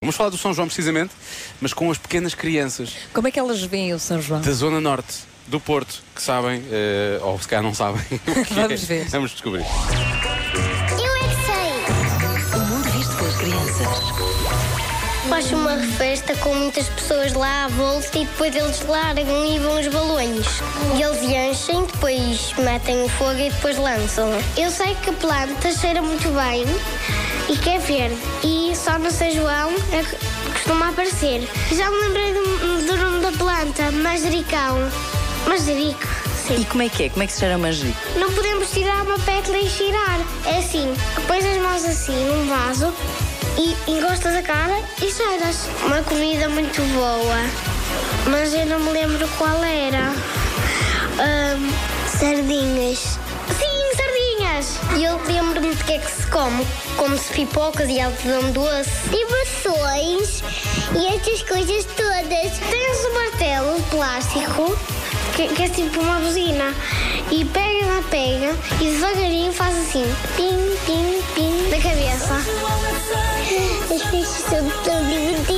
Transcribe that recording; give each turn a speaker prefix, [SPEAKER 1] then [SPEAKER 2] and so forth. [SPEAKER 1] Vamos falar do São João precisamente, mas com as pequenas crianças
[SPEAKER 2] Como é que elas veem o São João?
[SPEAKER 1] da Zona Norte do Porto que sabem, eh, ou se calhar não sabem. o que é.
[SPEAKER 2] Vamos ver.
[SPEAKER 1] Vamos descobrir.
[SPEAKER 3] Eu é que sei.
[SPEAKER 4] O mundo visto pelas crianças.
[SPEAKER 3] Faz uma festa com muitas pessoas lá à volta e depois eles largam e vão os balões. E eles enchem, depois metem o fogo e depois lançam. Eu sei que a planta cheira muito bem e que é verde. E só no São João é que costuma aparecer. Já me lembrei do, do nome da planta, manjericão. Manjerico, sim.
[SPEAKER 4] E como é que é? Como é que se cheira o manjerico?
[SPEAKER 3] Não podemos tirar uma pétala e cheirar. É assim, pões as mãos assim num vaso e encostas a cara e cheiras. Uma comida muito boa, mas eu não me lembro qual era. Ahm, sardinhas. Sim, sardinhas! E eu lembro-me do que é que se come. Come-se pipocas e algodão doce. E mações e estas coisas todas. Tens um martelo de plástico que, que é tipo uma buzina. E pega na pega e devagarinho faz assim, pim, pim, pim, na cabeça. As peixes são tão divertidos.